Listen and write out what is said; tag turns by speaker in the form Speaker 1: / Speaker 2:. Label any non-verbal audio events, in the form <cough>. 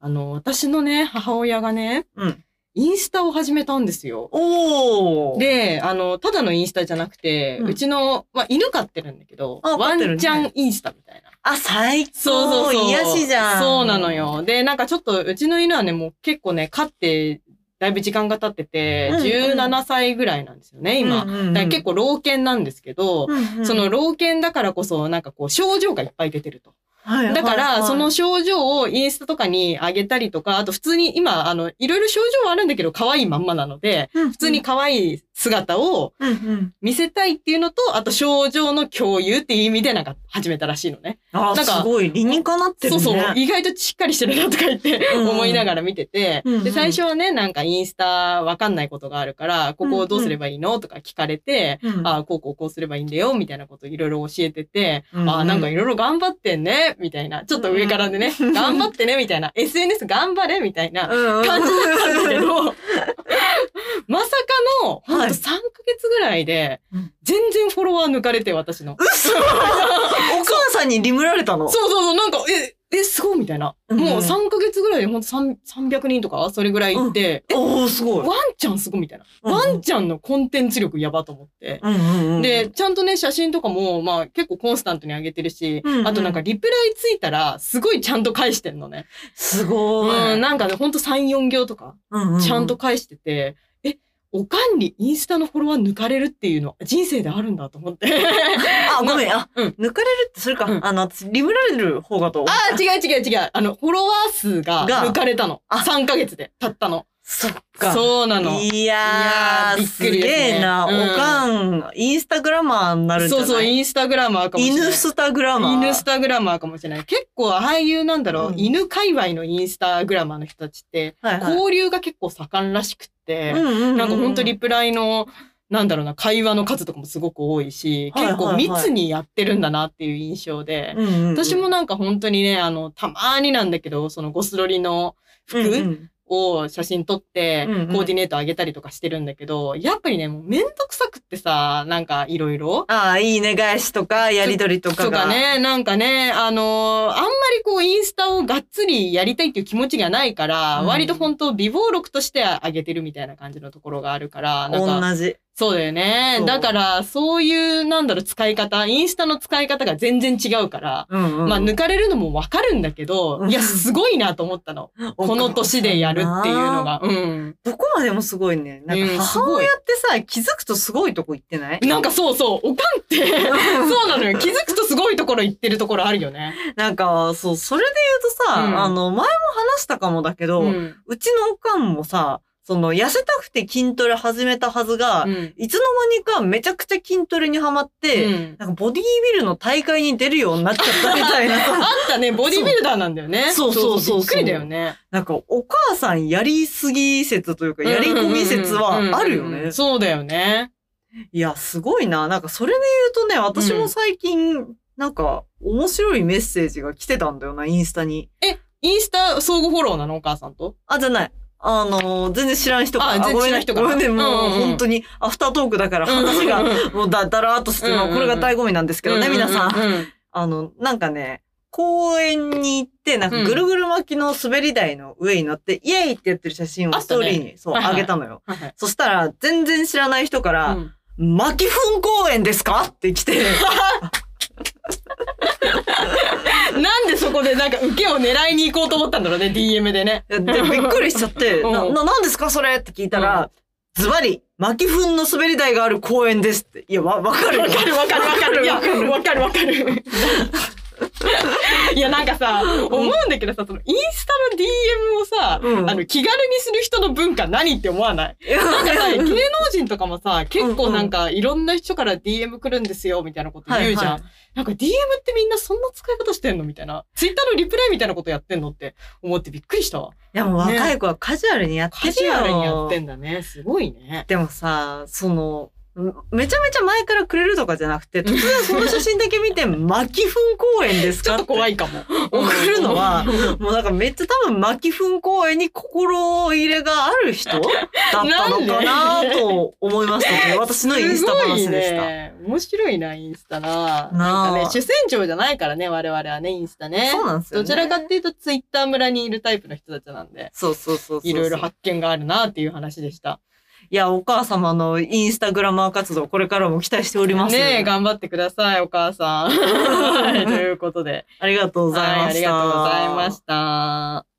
Speaker 1: あの、私のね、母親がね、
Speaker 2: うん
Speaker 1: インスタを始めたんですよ。
Speaker 2: おー。、
Speaker 1: で、あの、ただのインスタじゃなくて、う
Speaker 2: うん
Speaker 1: ちの、まあ、犬飼ってるんだけど、
Speaker 2: あ飼
Speaker 1: ワ
Speaker 2: ってるね
Speaker 1: ンちゃんインスタみたいな。
Speaker 2: あ、最高。
Speaker 1: そうそうそう。
Speaker 2: 癒しじゃん。
Speaker 1: そうなの。よ。で、なんかちょっと、うちの犬はね、もう結構ね、飼って、だいぶ時間が経ってて、
Speaker 2: うんうん
Speaker 1: 17歳ぐらいなんですよね、今。だ
Speaker 2: うん
Speaker 1: か
Speaker 2: うんうん
Speaker 1: ら結構老犬なんですけど、
Speaker 2: うんうん
Speaker 1: その、老犬だからこそ、なんかこう、症状がいっぱい出てると。
Speaker 2: はい
Speaker 1: だか
Speaker 2: はい
Speaker 1: ら、
Speaker 2: はい
Speaker 1: その症状をインスタとかに上げたりとか、あと普通に今、あの、いろいろ症状はあるんだけど、可愛いまんまなので、
Speaker 2: 普
Speaker 1: 普通に、可愛い姿を
Speaker 2: うんうん。
Speaker 1: 見せたいっていうのと、あと症状の共有っていう意味でなんか始めたらしいのね。
Speaker 2: あー、
Speaker 1: なんか
Speaker 2: すごい、理にかなってる
Speaker 1: そう
Speaker 2: ね。
Speaker 1: そう、意外としっかりしてるなとか言って
Speaker 2: うんうん
Speaker 1: 思いながら見てて
Speaker 2: うんう、ん
Speaker 1: で、最初はね、なんかインスタわかんないことがあるから、ここをどうすればいいのとか聞かれて、
Speaker 2: うん
Speaker 1: ああ、こうこうこうすればいいんだよ、みたいなこといろいろ教えてて、
Speaker 2: うんうん
Speaker 1: ああ、なんかいろいろ頑張ってんね、みたいな。ちょっと上からでね、頑張ってね、みたいな。SNS 頑張れ、みたいな
Speaker 2: うんうん
Speaker 1: 感じだったんだけ
Speaker 2: <laughs>
Speaker 1: ど、まさかの、ほんと
Speaker 2: はい
Speaker 1: 3ヶ月ぐらいで
Speaker 2: うん、
Speaker 1: 全然フォロワー抜かれて、私の。
Speaker 2: 嘘お
Speaker 1: <laughs>
Speaker 2: 母さんにリムられたの
Speaker 1: そうそうそう、なんか、え、え、すごいみたいな。
Speaker 2: うん
Speaker 1: もう3ヶ月ぐらいでほんと3 300人とか、それぐらいいって、え、
Speaker 2: おおすごい。
Speaker 1: ワンちゃんすごいみたいな。
Speaker 2: うんうん
Speaker 1: ワンちゃんのコンテンツ力やばと思って。
Speaker 2: うんうんうん、
Speaker 1: で、ちゃんとね、写真とかも、まあ結構コンスタントに上げてるし、
Speaker 2: うんうん
Speaker 1: あとなんかリプライついたら、すごいちゃんと返してんのね。
Speaker 2: すごい。
Speaker 1: うん、なんかね、ほんと3、4行とか、
Speaker 2: うんうう
Speaker 1: ちゃんと。返してて、え、おかんにインスタのフォロワー抜かれるっていうの、人生であるんだと思って。
Speaker 2: <laughs> あ、ご
Speaker 1: <laughs>
Speaker 2: めん。あ、
Speaker 1: うん
Speaker 2: 抜かれるって、それか。
Speaker 1: うん
Speaker 2: あの、私、リムられる方がと思った。
Speaker 1: ああ、違う違う違う。あの、フォロワー数が
Speaker 2: が
Speaker 1: 抜かれたの。
Speaker 2: あ
Speaker 1: 3ヶ月で、たったの。
Speaker 2: そっか。
Speaker 1: そうなの。
Speaker 2: い
Speaker 1: いやー
Speaker 2: やー、
Speaker 1: びっ
Speaker 2: す
Speaker 1: くりですね
Speaker 2: げえな。お
Speaker 1: うん
Speaker 2: かん、インスタグラマーになるんじ
Speaker 1: そ
Speaker 2: ゃな
Speaker 1: う
Speaker 2: い
Speaker 1: そう、
Speaker 2: イ
Speaker 1: インスタグラマーかもしれない。
Speaker 2: 犬スタグラマー。
Speaker 1: 犬スタグラマーかもしれない。結構、ああいう、なんだろう、
Speaker 2: うん
Speaker 1: 犬界隈のインスタグラマーの人たちって、
Speaker 2: はいはい。
Speaker 1: 交流が結構盛んらしくって、
Speaker 2: うんうんう
Speaker 1: なんか本当リプライの、なんだろうな、会話の数とかもすごく多いし、
Speaker 2: はいはい
Speaker 1: 結
Speaker 2: は
Speaker 1: 構
Speaker 2: い
Speaker 1: 密にやってるんだなっていう印象で、
Speaker 2: うんうんうん、
Speaker 1: 私もなんか本当にね、あの、たまーになんだけど、そのゴスロリの服、
Speaker 2: うんうん
Speaker 1: を写真撮って、コ
Speaker 2: うんうん
Speaker 1: ーディネートあげたりとかしてるんだけど、やっぱりね、もうめんどくさくってさ、なんかいろいろ。
Speaker 2: ああ、いいね返しとか、やりとりと
Speaker 1: と
Speaker 2: かが。
Speaker 1: か。ね、なんかね、あのーあんまりこうインスタをがっつりやりたいっていう気持ちがないから、
Speaker 2: うん
Speaker 1: 割と本当美貌録としてあげてるみたいな感じのところがあるから、なんか、
Speaker 2: 同じ。
Speaker 1: そうだよね
Speaker 2: そ。う
Speaker 1: だから、そういう、なんだろう、使い方、インスタの使い方が全然違うから、
Speaker 2: うんうん
Speaker 1: まあ、抜かれるのもわかるんだけど、
Speaker 2: うん
Speaker 1: いや、すごいなと思った
Speaker 2: <laughs>
Speaker 1: の。この年でやるっていうの。が。うん。
Speaker 2: どこまでもすごいね。なん
Speaker 1: うん
Speaker 2: か
Speaker 1: すごい
Speaker 2: 母親ってさ、気づくとすごいとこ行ってない
Speaker 1: なんかそうそう、おかんって、そうなのよ。気づくとすごいところ行ってるところあるよね。
Speaker 2: なんか、そう、それで言うとさ、
Speaker 1: うん
Speaker 2: あの、前も話したかもだけど、う
Speaker 1: うん
Speaker 2: ちのおかんもさ、その、痩せたくて筋トレ始めたはずが、
Speaker 1: うん
Speaker 2: いつの間にかめちゃくちゃ筋トレにはまって、
Speaker 1: うん
Speaker 2: なんかボディービルの大会に出るようになっちゃったみたい
Speaker 1: <laughs>
Speaker 2: な
Speaker 1: あ
Speaker 2: さ、
Speaker 1: ったね、ボディビルダーなんだよね。
Speaker 2: そうそうそうそう
Speaker 1: びっくりだよね。
Speaker 2: なんかお母さんやりすぎ説というか、やり込み説はある
Speaker 1: う
Speaker 2: よ
Speaker 1: んうんう
Speaker 2: ね
Speaker 1: ん。そうだよね。
Speaker 2: いや、すごいな。なんかそれで言うとね、私も最近、なんか面白いメッセージが来てたんだよな、インスタに。
Speaker 1: インスタ相互フォローなのお母さんと。
Speaker 2: あ、じゃない。あのー全然知らん人から。
Speaker 1: あ全然
Speaker 2: ごめんね
Speaker 1: 知らん人から
Speaker 2: ごめんね、もう、
Speaker 1: うんうんうん
Speaker 2: 本当に、アフタートークだから話が、もうだ、だらーっとして、まあ
Speaker 1: うんうん
Speaker 2: これが醍醐味なんですけどね、皆さん。
Speaker 1: ん。
Speaker 2: あの、なんかね、公園に行って、なん
Speaker 1: う
Speaker 2: か
Speaker 1: ん
Speaker 2: ぐるぐる巻きの滑り台の上に乗って、イエーイってやってる写真
Speaker 1: あ
Speaker 2: を
Speaker 1: っ
Speaker 2: ス
Speaker 1: た
Speaker 2: ト
Speaker 1: ね
Speaker 2: ーリーに、そう、
Speaker 1: はいはい
Speaker 2: あげたのよ。
Speaker 1: はいはい
Speaker 2: そしたら、全然知らない人から、
Speaker 1: うん
Speaker 2: 巻き粉公園ですかって
Speaker 1: <laughs>
Speaker 2: 来て、
Speaker 1: なんでそこでなんか受けを狙いに行こうと思ったんだろうね、DM でね。
Speaker 2: で、びっくりしち
Speaker 1: <laughs>
Speaker 2: ゃって、
Speaker 1: うん
Speaker 2: な、な、なんですかそれって聞いたら、ズバリ、巻き粉の滑り台がある公園ですって。いや、わ、わかるよ
Speaker 1: わ。かるわかるわかる。いや、
Speaker 2: わかる
Speaker 1: わかるわか <laughs> る。いや、なんかさ、思うんだけどさ、そのインスタの DM をさ、
Speaker 2: うん
Speaker 1: あの、気軽にする人の文化何って思わないなん
Speaker 2: <laughs>
Speaker 1: かさ、芸能人とかもさ、結構なんか、いろんな人から DM 来るんですよ、みたいなこと言うじゃん。
Speaker 2: はいはい
Speaker 1: なんか DM ってみんなそんな使い方してんのみたいな。ツイッターのリプライみたいなことやってんのって思ってびっくりしたわ。
Speaker 2: いや、もう
Speaker 1: ね
Speaker 2: 若い子はカジュアルにやって
Speaker 1: カ
Speaker 2: る
Speaker 1: ジ
Speaker 2: よ。
Speaker 1: ュアルにやってんだね。すごいね。
Speaker 2: でもさ、その、めちゃめちゃ前からくれるとかじゃなくて、突然この写真だけ見て、巻き粉公園です
Speaker 1: ちょ
Speaker 2: か
Speaker 1: っ
Speaker 2: って
Speaker 1: と怖いかも。
Speaker 2: 送るのは
Speaker 1: う、ん
Speaker 2: もうなんかめっちゃ多分巻き粉公園に心入れがある人だったのかなと思いましたけど、私のインスタ話でし
Speaker 1: すごい
Speaker 2: た。
Speaker 1: ね。面白いな、インスタな。
Speaker 2: な
Speaker 1: な
Speaker 2: あ
Speaker 1: んかね、主戦場じゃないからね、我々はね、インスタね。
Speaker 2: そうなんですよ、
Speaker 1: ど
Speaker 2: ね。
Speaker 1: ちらかっていうと、ツイッター村にいるタイプの人たちなんで、
Speaker 2: そうそうそうそう。
Speaker 1: いろいろ発見があるなっていう話でした。
Speaker 2: いや、お母様のインスタグラマー活動、これからも期待しております。
Speaker 1: ねえ、頑張ってください、お母
Speaker 2: <laughs>
Speaker 1: さん。はいということで。 <laughs>
Speaker 2: ありがとうござい
Speaker 1: はい、
Speaker 2: ま
Speaker 1: あり
Speaker 2: した。
Speaker 1: がとうございました。